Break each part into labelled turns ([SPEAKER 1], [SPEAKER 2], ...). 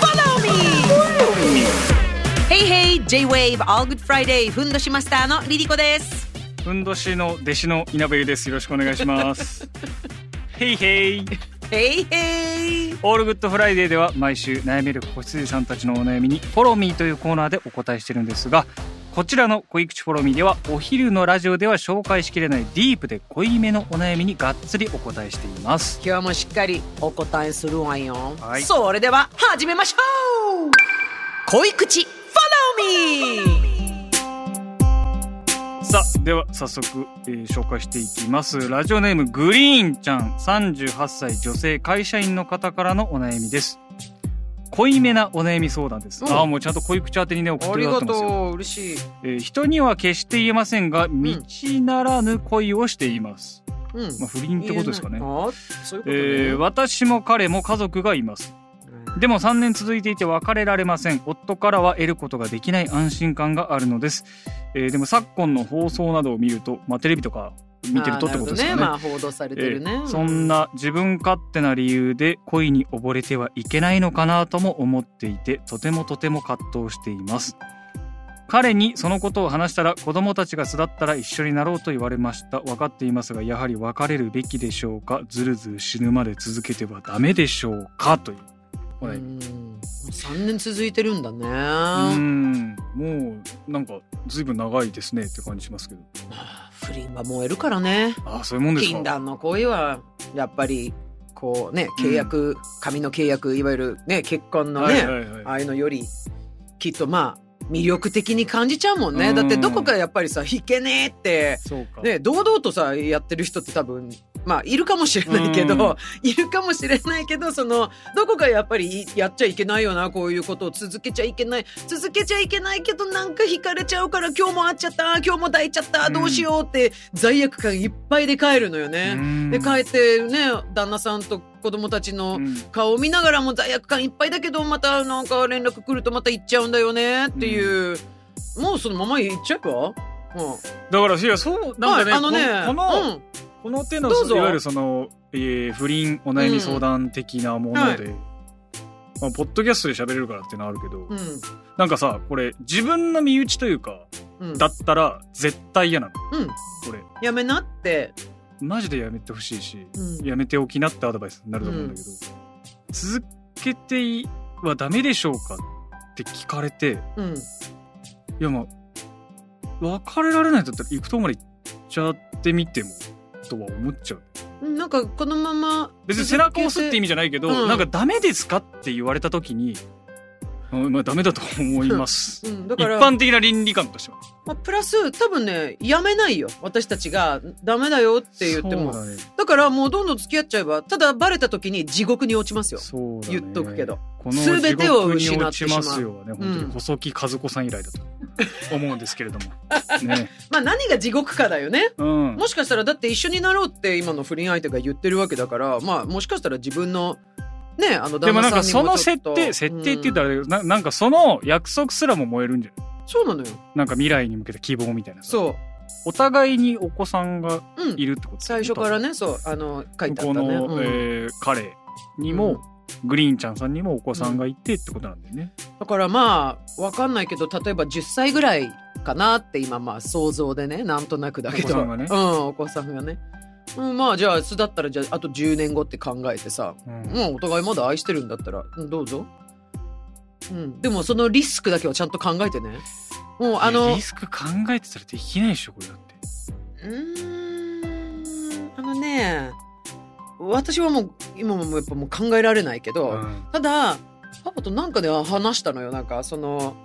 [SPEAKER 1] Follow me. Hey hey, J-Wave All Good Friday ふんどしマスターのリリコです。
[SPEAKER 2] ふんどしの弟子の稲部優ですよろしくお願いします ヘイヘイ
[SPEAKER 1] Hey hey.
[SPEAKER 2] オールグッドフライデーでは毎週悩める子羊さんたちのお悩みにフォローミーというコーナーでお答えしてるんですがこちらの「恋口フォローミー」ではお昼のラジオでは紹介しきれないディープで濃いめのお悩みにがっつりお答えしています
[SPEAKER 1] 今日もしっかりお答えするわよ。
[SPEAKER 2] はい
[SPEAKER 1] それでは始めましょう。恋口 Follow me.
[SPEAKER 2] さあでは早速、えー紹介していきますラジオネームグリーンちゃん38歳女性会社員の方からのお悩みです濃いめなお悩み相談です、
[SPEAKER 1] うん
[SPEAKER 2] ああもうちゃんと濃い口当てにね送ってくださってますよ
[SPEAKER 1] う嬉しい。
[SPEAKER 2] えー人には決して言えませんが道ならぬ恋をしています、
[SPEAKER 1] うん。
[SPEAKER 2] まあ、不倫ってことですかね
[SPEAKER 1] 言えないあそういうことね
[SPEAKER 2] えー私も彼も家族がいますでも3年続いていて別れられません夫からは得ることができない安心感があるのです、えーでも昨今の放送などを見ると、まあ、テレビとか見てるとってことですかね
[SPEAKER 1] あーなるほどまあ報道されてるね。
[SPEAKER 2] えーそんな自分勝手な理由で恋に溺れてはいけないのかなとも思っていてとてもとても葛藤しています彼にそのことを話したら子供たちが巣立ったら一緒になろうと言われました分かっていますがやはり別れるべきでしょうかずるずる死ぬまで続けてはダメでしょうかというお
[SPEAKER 1] う
[SPEAKER 2] 悩み
[SPEAKER 1] ん。三年続いてるんだね。
[SPEAKER 2] うーんもうなんかずいぶん長いですねって感じしますけど
[SPEAKER 1] 不倫は燃えるからね。
[SPEAKER 2] ああそういうもんです
[SPEAKER 1] 禁
[SPEAKER 2] か
[SPEAKER 1] 断の恋はやっぱりこうね契約、紙の契約いわゆるね結婚のね、
[SPEAKER 2] はいはいはい
[SPEAKER 1] ああいうのよりきっとまあ魅力的に感じちゃうもんね。
[SPEAKER 2] うん
[SPEAKER 1] だってどこかやっぱりさ引けねえって。
[SPEAKER 2] そうか
[SPEAKER 1] ね、堂々とさやってる人って多分まあいるかもしれないけど、
[SPEAKER 2] うん
[SPEAKER 1] いるかもしれないけどそのどこかやっぱりいやっちゃいけないよなこういうことを続けちゃいけない続けちゃいけないけどなんか惹かれちゃうから今日も会っちゃった今日も抱いちゃったどうしようって罪悪感いっぱいで帰るのよ
[SPEAKER 2] う
[SPEAKER 1] ね。
[SPEAKER 2] ーん
[SPEAKER 1] で帰ってね旦那さんと子供たちの
[SPEAKER 2] うん
[SPEAKER 1] 顔を見ながらも罪悪感いっぱいだけどまたなんか連絡来るとまた行っちゃうんだよねっていう、もうそのまま行っちゃうか、うん
[SPEAKER 2] だからいやそうなんかね,、
[SPEAKER 1] はいあのね
[SPEAKER 2] この、
[SPEAKER 1] うん
[SPEAKER 2] この手の
[SPEAKER 1] どうぞ
[SPEAKER 2] いわゆるその、えー不倫お悩み相談的なもので、まあ、ポッドキャストで喋れるからってのはあるけど、
[SPEAKER 1] う
[SPEAKER 2] なんかさこれ自分の身内というか
[SPEAKER 1] んうん、
[SPEAKER 2] だったら絶対嫌なの
[SPEAKER 1] うん、
[SPEAKER 2] これ
[SPEAKER 1] やめなって、
[SPEAKER 2] マジでやめてほしいし、
[SPEAKER 1] うん
[SPEAKER 2] やめておきなってアドバイスになると思うんだけど、続けてはダメでしょうかって聞かれて
[SPEAKER 1] うん、
[SPEAKER 2] いやまあ別れられないんだったら行くとこまで行っちゃってみてもとは思っちゃう。
[SPEAKER 1] なんかこのまま
[SPEAKER 2] 別に背中を押すって意味じゃないけど、
[SPEAKER 1] うん
[SPEAKER 2] なんかダメですかって言われた時に、うんまあダメだと思います。
[SPEAKER 1] うん、 だ
[SPEAKER 2] 一
[SPEAKER 1] から、
[SPEAKER 2] 般的な倫理観としては。
[SPEAKER 1] まあ、プラス多分ねやめないよ私たちがダメだよって言っても
[SPEAKER 2] そ
[SPEAKER 1] だ,、
[SPEAKER 2] うだね。
[SPEAKER 1] からもうどんどん付き合っちゃえばただバレた時に地獄に落ちますよ
[SPEAKER 2] そうだね。
[SPEAKER 1] 言っとくけど。
[SPEAKER 2] この地
[SPEAKER 1] 全てを
[SPEAKER 2] 獄
[SPEAKER 1] 失
[SPEAKER 2] に
[SPEAKER 1] っ
[SPEAKER 2] 落
[SPEAKER 1] てし
[SPEAKER 2] ち
[SPEAKER 1] まう
[SPEAKER 2] ますよはね、本当
[SPEAKER 1] うん
[SPEAKER 2] に細木和子さん以来だと思うんですけれ ども。ね。
[SPEAKER 1] まあ何が地獄かだよね
[SPEAKER 2] うん。
[SPEAKER 1] もしかしたらだって一緒になろうって今の不倫相手が言ってるわけだからまあもしかしたら自分のねあの
[SPEAKER 2] で
[SPEAKER 1] 旦
[SPEAKER 2] もなん
[SPEAKER 1] 那さん
[SPEAKER 2] か
[SPEAKER 1] に
[SPEAKER 2] その
[SPEAKER 1] もちょっ
[SPEAKER 2] 設
[SPEAKER 1] と
[SPEAKER 2] 定、設定って言ったらあれだけど、ななんかその約束すらも燃えるんじゃない
[SPEAKER 1] うんそうなのよ
[SPEAKER 2] なんか未来に向けた希望みたいなさ。
[SPEAKER 1] そ
[SPEAKER 2] お互いにお子さんが
[SPEAKER 1] ううん
[SPEAKER 2] いるってこと
[SPEAKER 1] 最初からねそうあの書いてあっ
[SPEAKER 2] 向こ
[SPEAKER 1] たね、
[SPEAKER 2] うの、
[SPEAKER 1] うん
[SPEAKER 2] えー彼にも、グリーンちゃんさんにもお子さんがいてってことなんだよね。
[SPEAKER 1] だからまあわかんないけど例えば10歳ぐらいかなって今まあ想像でねなんとなくだけど
[SPEAKER 2] お子さんがね
[SPEAKER 1] うん、お子さんがね、うん、まあじゃあ巣だったらじゃああと10年後って考えてさ
[SPEAKER 2] うん
[SPEAKER 1] もうお互いまだ愛してるんだったらうんどうぞ、うん、でもそのリスクだけはちゃんと考えてねもうあ
[SPEAKER 2] いや
[SPEAKER 1] の
[SPEAKER 2] リスク考えてたらできないでしょこれだって。
[SPEAKER 1] うーんあのね私はもう今もやっぱもう考えられないけど、
[SPEAKER 2] うん
[SPEAKER 1] ただパパとなんかで話したのよなんかその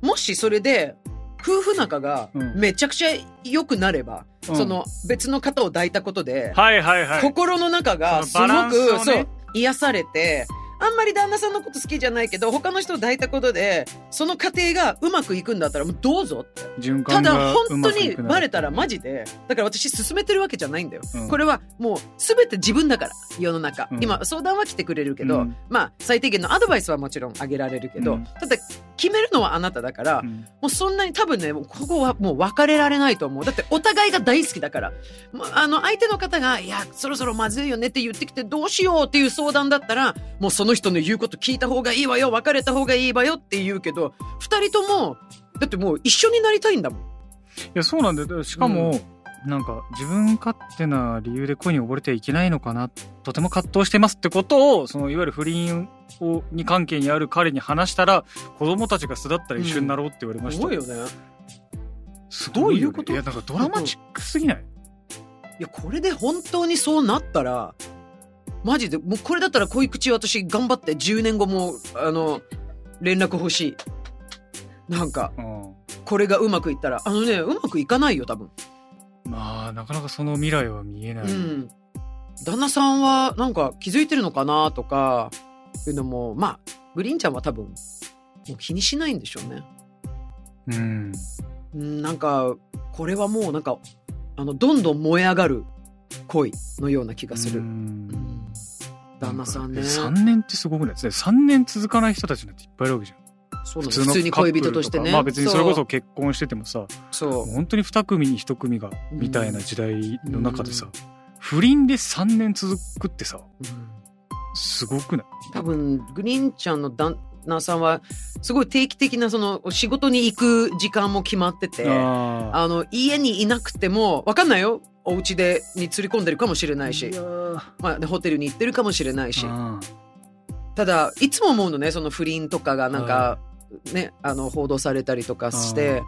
[SPEAKER 1] もしそれで夫婦仲が
[SPEAKER 2] うん
[SPEAKER 1] めちゃくちゃ良くなれば、その別の方を抱いたことで、
[SPEAKER 2] はいはいはい。
[SPEAKER 1] 心の中がすご
[SPEAKER 2] そのバランスを
[SPEAKER 1] く、
[SPEAKER 2] ね
[SPEAKER 1] そう癒されてあんまり旦那さんのこと好きじゃないけど他の人を抱いたことでその家庭がうまくいくんだったらもうどうぞって
[SPEAKER 2] 循
[SPEAKER 1] た
[SPEAKER 2] 環が
[SPEAKER 1] だ
[SPEAKER 2] う
[SPEAKER 1] 本
[SPEAKER 2] ま
[SPEAKER 1] 当
[SPEAKER 2] くい
[SPEAKER 1] に
[SPEAKER 2] くな
[SPEAKER 1] バレたらマジでだから私勧めてるわけじゃないんだよ、
[SPEAKER 2] うん
[SPEAKER 1] これはもう全て自分だから世の中、
[SPEAKER 2] うん
[SPEAKER 1] 今相談は来てくれるけど、
[SPEAKER 2] うん
[SPEAKER 1] まあ最低限のアドバイスはもちろんあげられるけど、
[SPEAKER 2] うん
[SPEAKER 1] ただ決めるのはあなただから、
[SPEAKER 2] うん
[SPEAKER 1] もうそんなに多分ね、もうここはもう別れられないと思う。だってお互いが大好きだから。もうあの相手の方が、いや、そろそろまずいよねって言ってきてどうしようっていう相談だったら、もうその人の言うこと聞いた方がいいわよ、別れた方がいいわよって言うけど、二人とも、だってもう一緒になりたいんだもん。
[SPEAKER 2] いやそうなんだよしかも、なんか自分勝手な理由で恋に溺れてはいけないのかなとても葛藤してますってことをそのいわゆる不倫をに関係にある彼に話したら子供たちが巣立ったら一緒になろうって言われました、
[SPEAKER 1] ね。
[SPEAKER 2] すごいよ、ね、
[SPEAKER 1] どういうこと
[SPEAKER 2] いやなんかドラマチックすぎない
[SPEAKER 1] いや、これで本当にそうなったら、マジで、もうこれだったら恋口私頑張って10年後も、あの、連絡欲しい。なんか。
[SPEAKER 2] うん
[SPEAKER 1] これがうまくいったらあのねうまくいかないよ多分、
[SPEAKER 2] まあなかなかその未来は見えない、
[SPEAKER 1] うん旦那さんはなんか気づいてるのかなとかいうのもまあグリーンちゃんは多分もう気にしないんでしょうね、
[SPEAKER 2] うん
[SPEAKER 1] うん、なんかこれはもうなんかあのどんどん燃え上がる恋のような気がする、
[SPEAKER 2] う
[SPEAKER 1] うん旦那さんね
[SPEAKER 2] 3年ってすごくないですね3年続かない人たちなんていっぱいいるわけじゃん
[SPEAKER 1] そうな
[SPEAKER 2] 普
[SPEAKER 1] の
[SPEAKER 2] 通の
[SPEAKER 1] 普通に恋
[SPEAKER 2] カップ
[SPEAKER 1] 人
[SPEAKER 2] ル
[SPEAKER 1] としてね
[SPEAKER 2] かまあ別にそれこそ結婚しててもさ
[SPEAKER 1] そうそう
[SPEAKER 2] 本当に2組に1組が
[SPEAKER 1] うん
[SPEAKER 2] みたいな時代の中でさ、
[SPEAKER 1] うん
[SPEAKER 2] 不倫で3年続くってさ
[SPEAKER 1] うん
[SPEAKER 2] すごくない
[SPEAKER 1] 多分グリーンちゃんの旦那さんはすごい定期的なそのお仕事に行く時間も決まってて
[SPEAKER 2] あ
[SPEAKER 1] あの家にいなくても分かんないよお家でに釣り込んでるかもしれないしまあね、ホテルに行ってるかもしれないし
[SPEAKER 2] あ
[SPEAKER 1] ただいつも思うのねその不倫とかがなんか、ねあの報道されたりとかして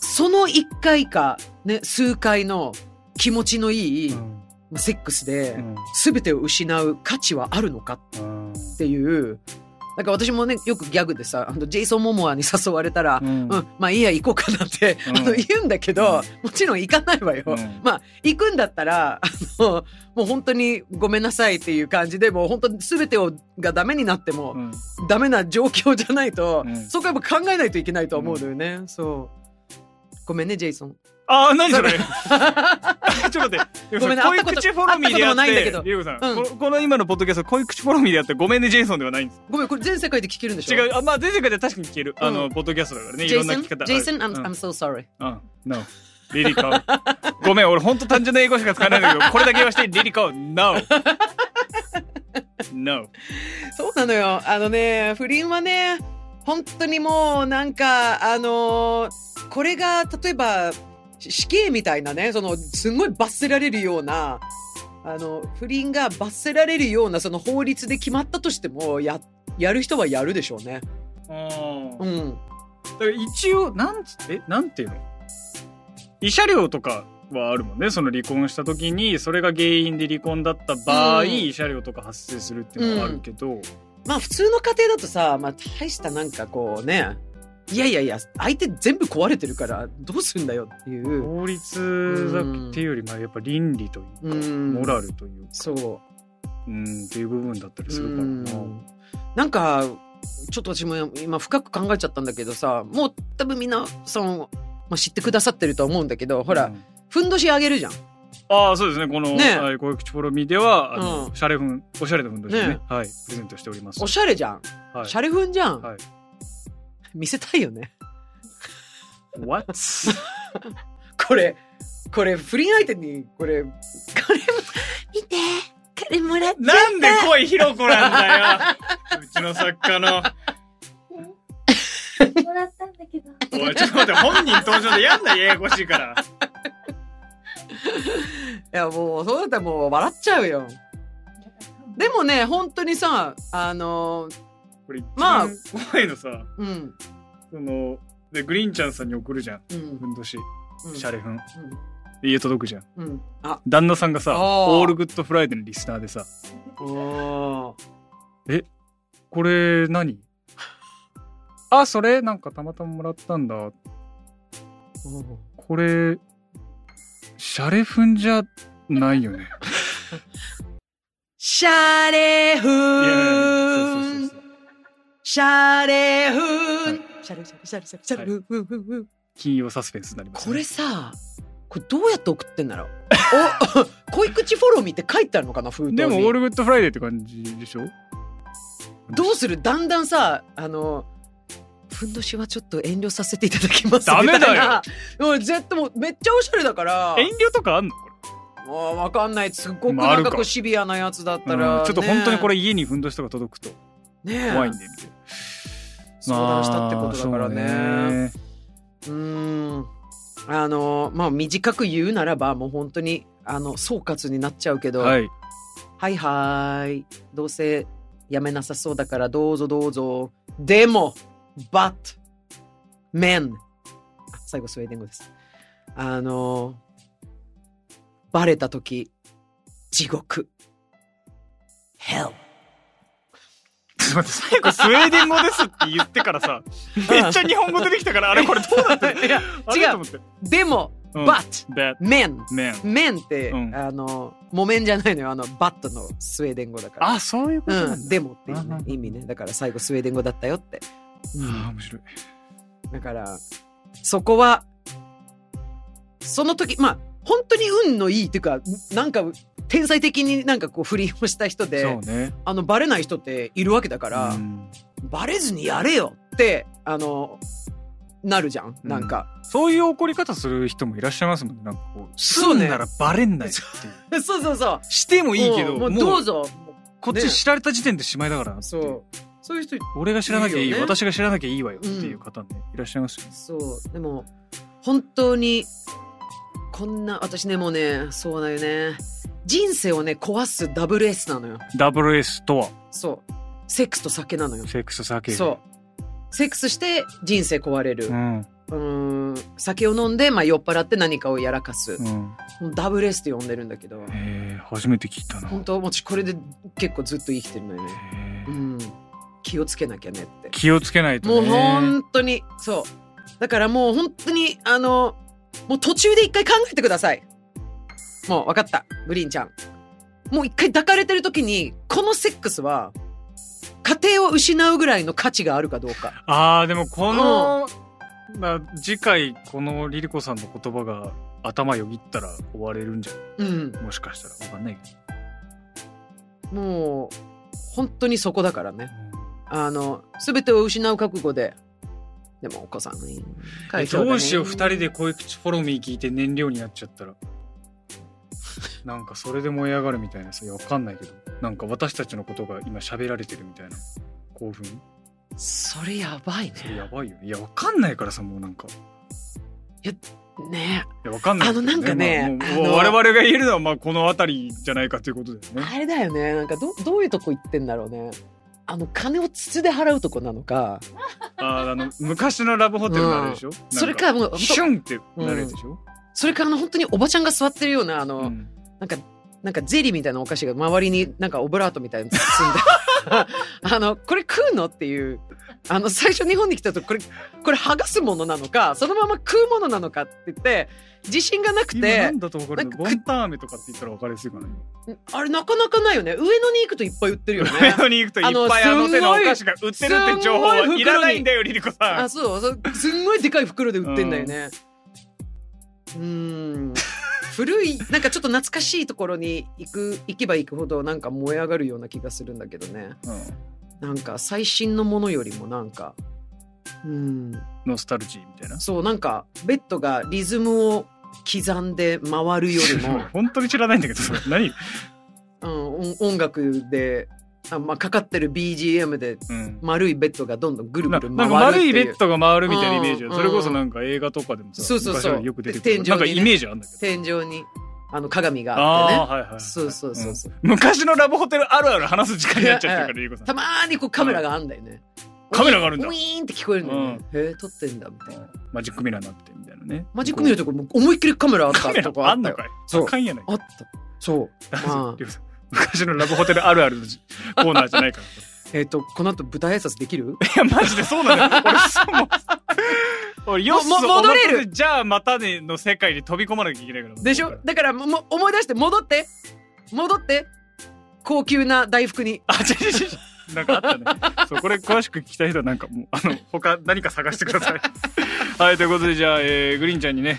[SPEAKER 1] その一回か、ね、数回の気持ちのいい、
[SPEAKER 2] うん
[SPEAKER 1] セックスで
[SPEAKER 2] うん
[SPEAKER 1] 全てを失う価値はあるのか
[SPEAKER 2] うん
[SPEAKER 1] っていうなんか私もねよくギャグでさあのジェイソン・モモアに誘われたら
[SPEAKER 2] う、ん
[SPEAKER 1] うん、まあいいや行こうかなって、
[SPEAKER 2] うん
[SPEAKER 1] あの言うんだけど、もちろん行かないわよ。
[SPEAKER 2] うん
[SPEAKER 1] まあ行くんだったらあのもう本当にごめんなさいっていう感じでもう本当に全てをがダメになっても、
[SPEAKER 2] うん
[SPEAKER 1] ダメな状況じゃないと、
[SPEAKER 2] うん
[SPEAKER 1] そこはやっぱ考えないといけないと思うのよね。そうごめんねジェイソン。
[SPEAKER 2] あー何それ ちょっと待って
[SPEAKER 1] ごめんね
[SPEAKER 2] こういう
[SPEAKER 1] 会ったこと
[SPEAKER 2] 口フォロミーでやって
[SPEAKER 1] 会ったこともないんだけど
[SPEAKER 2] リュウさん、
[SPEAKER 1] うん
[SPEAKER 2] このこの今のポッドキャストこういう口フォロミーでやってごめんねジェイソンではないんです
[SPEAKER 1] ごめんこれ全世界で聞けるんでしょ
[SPEAKER 2] 違うあまあ全世界で確かに聞ける、あ
[SPEAKER 1] う
[SPEAKER 2] の
[SPEAKER 1] ん
[SPEAKER 2] ポッドキャストだからねい
[SPEAKER 1] ジェ
[SPEAKER 2] ろ
[SPEAKER 1] イ
[SPEAKER 2] んな
[SPEAKER 1] ソ
[SPEAKER 2] 聞
[SPEAKER 1] ン
[SPEAKER 2] き方ある
[SPEAKER 1] Jason I'm,
[SPEAKER 2] うん
[SPEAKER 1] I'm so sorry.
[SPEAKER 2] あ、No. リリカオ。ごめん、俺ほんと単純な英語しか使わないんだけど、これだけ言わして、リリカオ、No! No.
[SPEAKER 1] そうなのよ。あのね、不倫はね、本当にもうなんか、あのーこれが例えばし死刑みたいなね、そのすごい罰せられるような、あの、不倫が罰せられるようなその法律で決まったとしても、や、やる人はやるでしょうね。
[SPEAKER 2] だ
[SPEAKER 1] うん。
[SPEAKER 2] から一応、なんつ、え、なんていうの慰謝料とかはあるもんね。その離婚した時に、それが原因で離婚だった場合、
[SPEAKER 1] うん
[SPEAKER 2] 慰謝料とか発生するっていうのはあるけど、
[SPEAKER 1] まあ普通の家庭だとさ、まあ大したなんかこうね、いやいやいや、相手全部壊れてるから、どうすんだよっていう。
[SPEAKER 2] 法律だっていうより、まあやっぱ倫理というか、
[SPEAKER 1] うん
[SPEAKER 2] モラルというか、
[SPEAKER 1] そ
[SPEAKER 2] う
[SPEAKER 1] う。
[SPEAKER 2] ん、っていう部分だったりするからな。
[SPEAKER 1] なんかちょっと私も今深く考えちゃったんだけどさもう多分皆さん、まあ、知ってくださってると思うんだけどほら、
[SPEAKER 2] うん
[SPEAKER 1] ふんどしあげるじゃん。
[SPEAKER 2] ああ、そうですね。この、
[SPEAKER 1] ね
[SPEAKER 2] はい、こういう口フォロミでは、あの、
[SPEAKER 1] うん
[SPEAKER 2] シャレフン、おしゃれなふんどしでね
[SPEAKER 1] ね
[SPEAKER 2] はい、プレゼントしております。
[SPEAKER 1] おしゃれじゃん。
[SPEAKER 2] はい
[SPEAKER 1] シャレふんじゃん。
[SPEAKER 2] はい
[SPEAKER 1] 見せたいよね。
[SPEAKER 2] What?
[SPEAKER 1] これこれ不倫相手にこれこれも見てこれもらっちゃった
[SPEAKER 2] なんで恋ひろこなんだ よ。うちの作家の。
[SPEAKER 3] もらったんだけど。
[SPEAKER 2] おい、ちょっと待って、本人登場でやんないややこしいから。
[SPEAKER 1] いやもうそうだったらもう笑っちゃうよ。でもね本当にさあの
[SPEAKER 2] これ、
[SPEAKER 1] ま
[SPEAKER 2] ま
[SPEAKER 1] あ
[SPEAKER 2] あ、怖いのさ、
[SPEAKER 1] うん
[SPEAKER 2] その、で、グリーンちゃんさんに送るじゃん。
[SPEAKER 1] うん
[SPEAKER 2] ふんどし、
[SPEAKER 1] うん
[SPEAKER 2] シャレフン。で家届くじゃん。
[SPEAKER 1] うんうんあ
[SPEAKER 2] 旦那さんがさ、
[SPEAKER 1] あー
[SPEAKER 2] オールグッドフライデーのリスナーでさ、
[SPEAKER 1] おー
[SPEAKER 2] これ何あ、それなんかたまたまもらったんだ。
[SPEAKER 1] おー
[SPEAKER 2] これ、シャレフンじゃないよね。
[SPEAKER 1] シャレフ
[SPEAKER 2] いやいやいやそうそうそう
[SPEAKER 1] ーンシャレフン。シャレシャレシャレシャレシャレフンフンフンフン。
[SPEAKER 2] 金曜サスペンスになります、
[SPEAKER 1] こ
[SPEAKER 2] ね、
[SPEAKER 1] れさ、これどうやって送ってんだろう。お、 濃い口フォローミーって書いてあるのかな封筒に。
[SPEAKER 2] でもオールグッドフライデーって感じでしょ
[SPEAKER 1] どうするだんだんさあのふんどしはちょっと遠慮させていただきます
[SPEAKER 2] ダメだよ
[SPEAKER 1] みたいなもう絶対もうめっちゃおしゃれだから
[SPEAKER 2] 遠慮とかあんのこ
[SPEAKER 1] もうわかんないすっごく
[SPEAKER 2] まああ
[SPEAKER 1] な
[SPEAKER 2] る
[SPEAKER 1] ん
[SPEAKER 2] か
[SPEAKER 1] かこうシビアなやつだっ
[SPEAKER 2] れ、
[SPEAKER 1] たら、
[SPEAKER 2] うんちょっと本当にこ
[SPEAKER 1] れ、
[SPEAKER 2] れ家にふんどしとか届くと
[SPEAKER 1] ねえ
[SPEAKER 2] 怖いんでみたいな、
[SPEAKER 1] 相談したってことだからね,、
[SPEAKER 2] まあそう
[SPEAKER 1] うーんあのまあ短く言うならばもう本当にあの総括になっちゃうけど、
[SPEAKER 2] はい
[SPEAKER 1] はいはーい。どうせやめなさそうだからどうぞどうぞ。でも、but, men. あ最後スウェーデン語です。あのー、バレたとき、地獄。hell.
[SPEAKER 2] ちょっと待って 最後スウェーデン語ですって言ってから さめっちゃ日本語出てきたからあれこれどうな ってる
[SPEAKER 1] いや
[SPEAKER 2] あれ
[SPEAKER 1] 違う
[SPEAKER 2] と思って
[SPEAKER 1] で
[SPEAKER 2] う
[SPEAKER 1] も、
[SPEAKER 2] ん
[SPEAKER 1] but,
[SPEAKER 2] That
[SPEAKER 1] men.
[SPEAKER 2] man
[SPEAKER 1] men って、
[SPEAKER 2] うん
[SPEAKER 1] あの、木綿じゃないのよ。あの、bat のスウェーデン語だから。
[SPEAKER 2] あそういうことなんだ、
[SPEAKER 1] うん、でもっていうね
[SPEAKER 2] あ
[SPEAKER 1] 意味ね。だから最後スウェーデン語だったよって。うん
[SPEAKER 2] あー面白い
[SPEAKER 1] だからそこはその時まあ本当に運のいいっていうかなんか天才的になんかこう不倫をした人
[SPEAKER 2] そ
[SPEAKER 1] で
[SPEAKER 2] うね
[SPEAKER 1] あのバレない人っているわけだから、
[SPEAKER 2] うん
[SPEAKER 1] バレずにやれよってあのなるじゃんなんか、
[SPEAKER 2] そういう怒り方する人もいらっしゃいますもんねなんかこう
[SPEAKER 1] そうね
[SPEAKER 2] すんならバレんないっていう
[SPEAKER 1] そうそうそう
[SPEAKER 2] してもいいけど
[SPEAKER 1] も
[SPEAKER 2] も
[SPEAKER 1] う
[SPEAKER 2] う
[SPEAKER 1] もうどうぞ
[SPEAKER 2] こっち知られた時点でしまいだからなっていう
[SPEAKER 1] そうそういう人
[SPEAKER 2] 俺が知らなきゃいい
[SPEAKER 1] いいよね
[SPEAKER 2] 私が知らなきゃいいわよっていう方ね、いらっしゃいますよね
[SPEAKER 1] そうでも本当にこんな私ねもうねそうだよね人生をね壊すダブル S なのよ
[SPEAKER 2] ダブル S とは
[SPEAKER 1] そうセックスと酒なのよ
[SPEAKER 2] セックス酒
[SPEAKER 1] そう。セックスして人生壊れる
[SPEAKER 2] う。ん
[SPEAKER 1] うーん。酒を飲んで、まあ、酔っ払って何かをやらかす
[SPEAKER 2] う。ん
[SPEAKER 1] もうダブル S って呼んでるんだけど。
[SPEAKER 2] えー、初めて聞いたな
[SPEAKER 1] 本当私これで結構ずっと生きてるのよね。
[SPEAKER 2] え
[SPEAKER 1] う
[SPEAKER 2] ー
[SPEAKER 1] ん。気をつけなきゃねって。
[SPEAKER 2] 気をつけないと
[SPEAKER 1] もう
[SPEAKER 2] ね
[SPEAKER 1] 本当に、そう。だからもう本当に、あの、もう途中で一回考えてください。もう分かった。ブリンちゃん。もう一回抱かれてる時に、このセックスは、家庭を失うぐらいの価値があるかどうか。
[SPEAKER 2] あーでもこの、まあ、次回このリリコさんの言葉が頭よぎったら終われるんじゃな
[SPEAKER 1] うん。
[SPEAKER 2] いもしかしたらわかんないけど、
[SPEAKER 1] もう本当にそこだからねあの全てを失う覚悟ででもお子さんに
[SPEAKER 2] え
[SPEAKER 1] 会長だね
[SPEAKER 2] どうしよう二人で恋口フォロミー聞いて燃料になっちゃった らなんかそれで燃え上がるみたいなさいやわかんないけどなんか私たちのことが今喋られてるみたいな興奮
[SPEAKER 1] それやばいね
[SPEAKER 2] それやばいよねいやわかんないからさもうなんか
[SPEAKER 1] ね
[SPEAKER 2] いやわかんないけど、
[SPEAKER 1] あのなんかね
[SPEAKER 2] まあ
[SPEAKER 1] あ
[SPEAKER 2] もう
[SPEAKER 1] の
[SPEAKER 2] 我々が言えるのはまあこの辺りじゃないかということだよ ね
[SPEAKER 1] あれだよねなんかどどういうとこ行ってんだろうねあの金を筒で払うとこなのか
[SPEAKER 2] あーあの昔のラブホテルのあれでしょ、なん
[SPEAKER 1] それかもうほんと
[SPEAKER 2] シュンってなるやつでしょ、
[SPEAKER 1] それかあの本当におばちゃんが座ってるようなあの、
[SPEAKER 2] うん
[SPEAKER 1] なんかなんかゼリーみたいなお菓子が周りになんかオブラートみたいに包ん であのこれ食うのっていうあの最初日本に来たとこれこれ剥がすものなのかそのまま食うものなのかって言って自信がなく
[SPEAKER 2] 今な
[SPEAKER 1] て
[SPEAKER 2] んだと分かるの
[SPEAKER 1] なんか
[SPEAKER 2] ボンタン飴とかって言ったら分かりやすいかな
[SPEAKER 1] あれなかなかないよね上野に行くといっぱい売ってるよね
[SPEAKER 2] 上野に行くといっぱい
[SPEAKER 1] あ
[SPEAKER 2] あの
[SPEAKER 1] の
[SPEAKER 2] 手のお菓子が売ってるって情報はいらないんだよリリコさん
[SPEAKER 1] あそうそうすんごいでかい袋で売ってんだよねうーん古いなんかちょっと懐かしいところに行く行けば行くほどなんか燃え上がるような気がするんだけどね
[SPEAKER 2] うん
[SPEAKER 1] なんか最新のものよりもなんかうん
[SPEAKER 2] ノスタルジーみたいな
[SPEAKER 1] そうなんかベッドがリズムを刻んで回るより も
[SPEAKER 2] 本当に知らないんだけどそれ何、
[SPEAKER 1] うん音音楽であ、まあ、かかってる BGM で
[SPEAKER 2] うん
[SPEAKER 1] 丸いベッドがどんどんぐるぐ
[SPEAKER 2] な
[SPEAKER 1] る
[SPEAKER 2] なんか
[SPEAKER 1] 回る
[SPEAKER 2] 丸
[SPEAKER 1] ってい
[SPEAKER 2] いうベッドが回るみたいなイメージ、
[SPEAKER 1] うん
[SPEAKER 2] それこそなんか映画とかでもさ
[SPEAKER 1] そうそうそ
[SPEAKER 2] 昔
[SPEAKER 1] う
[SPEAKER 2] はよく出てくる、
[SPEAKER 1] 天井にね
[SPEAKER 2] なんかイメージあるんだけど
[SPEAKER 1] 天井にあの鏡があって
[SPEAKER 2] あ
[SPEAKER 1] ね
[SPEAKER 2] あーはいはいはい
[SPEAKER 1] そうそうそうそう、
[SPEAKER 2] うん昔のラブホテルあるある話す時間になっちゃってるからリリコさん
[SPEAKER 1] たまーにこうカメラがあんだよね、
[SPEAKER 2] カメラがあるん
[SPEAKER 1] ウィ
[SPEAKER 2] だ
[SPEAKER 1] ーンって聞こえるんだよね、へえ撮ってんだみたいな
[SPEAKER 2] マジックミラーになってみたいなね
[SPEAKER 1] マジック見るとこもう思いっきりカメラあっ
[SPEAKER 2] カ
[SPEAKER 1] た
[SPEAKER 2] メ
[SPEAKER 1] と
[SPEAKER 2] ラ
[SPEAKER 1] こあ
[SPEAKER 2] あ
[SPEAKER 1] っ
[SPEAKER 2] ん
[SPEAKER 1] た
[SPEAKER 2] の
[SPEAKER 1] よ
[SPEAKER 2] かい
[SPEAKER 1] そう
[SPEAKER 2] あかんやない
[SPEAKER 1] あった そうまあ
[SPEAKER 2] リリコさん昔のラブホテルあるあるのコーナーじゃないから
[SPEAKER 1] えっ、とこの後舞台挨拶で きる
[SPEAKER 2] いや、マジでそうなんだよ。俺、そうもう俺、よっ
[SPEAKER 1] もも戻れる
[SPEAKER 2] る。じゃあ、またねの世界に飛び込まなきゃいけないから。
[SPEAKER 1] でしょだからもうもう思い出して戻って戻って高級な大福に
[SPEAKER 2] あ、違う違う違う。なんかあったね。そう、これ詳しく聞きたい人はなんかもう、あの、他何か探してくだ さい。はい、ということで、じゃあ、えーグリーンちゃんにね、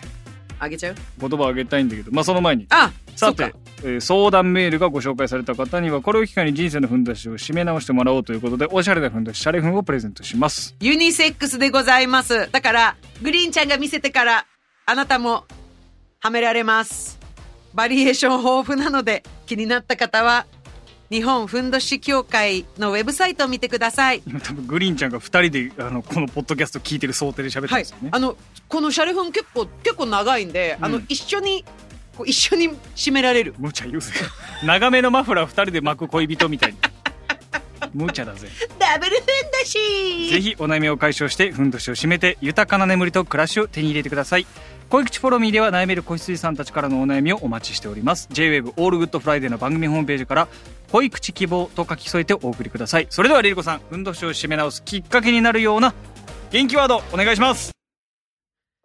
[SPEAKER 1] あげちゃう
[SPEAKER 2] 言葉をあげたいんだけど、まあ、その前に。
[SPEAKER 1] あ
[SPEAKER 2] さ
[SPEAKER 1] そ
[SPEAKER 2] て
[SPEAKER 1] っか、
[SPEAKER 2] えー相談メールがご紹介された方には、これを機会に人生のふんだしを締め直してもらおうということで、おしゃれなふんだし、シャレふんをプレゼントします。
[SPEAKER 1] ユニセックスでございますだからグリーンちゃんが見せてからあなたもはめられますバリエーション豊富なので気になった方は日本ふんどし協会のウェブサイトを見てください
[SPEAKER 2] 今多分グリーンちゃんが二人であのこのポッドキャスト聞いてる想定で喋ってますよね。
[SPEAKER 1] あのこのシャレフン結構結構長いんで、
[SPEAKER 2] うん
[SPEAKER 1] あの一緒にこう一緒に締められる
[SPEAKER 2] 無茶言うぜ。長めのマフラー二人で巻く恋人みたいに。無茶だぜ。
[SPEAKER 1] ダブルフンだし
[SPEAKER 2] ぜひお悩みを解消してふんどしを締めて豊かな眠りと暮らしを手に入れてください恋口フォロミーでは悩める子羊さんたちからのお悩みをお待ちしております JWAVE オールグッドフライデーの番組ホームページから恋口希望と書き添えてお送りくださいそれではリリコさんふんどしを締め直すきっかけになるような元気ワードお願いします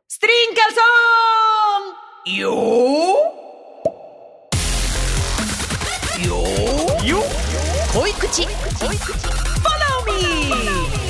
[SPEAKER 1] ストリンカーソンよーよー
[SPEAKER 2] よっ
[SPEAKER 1] 恋口フォローミー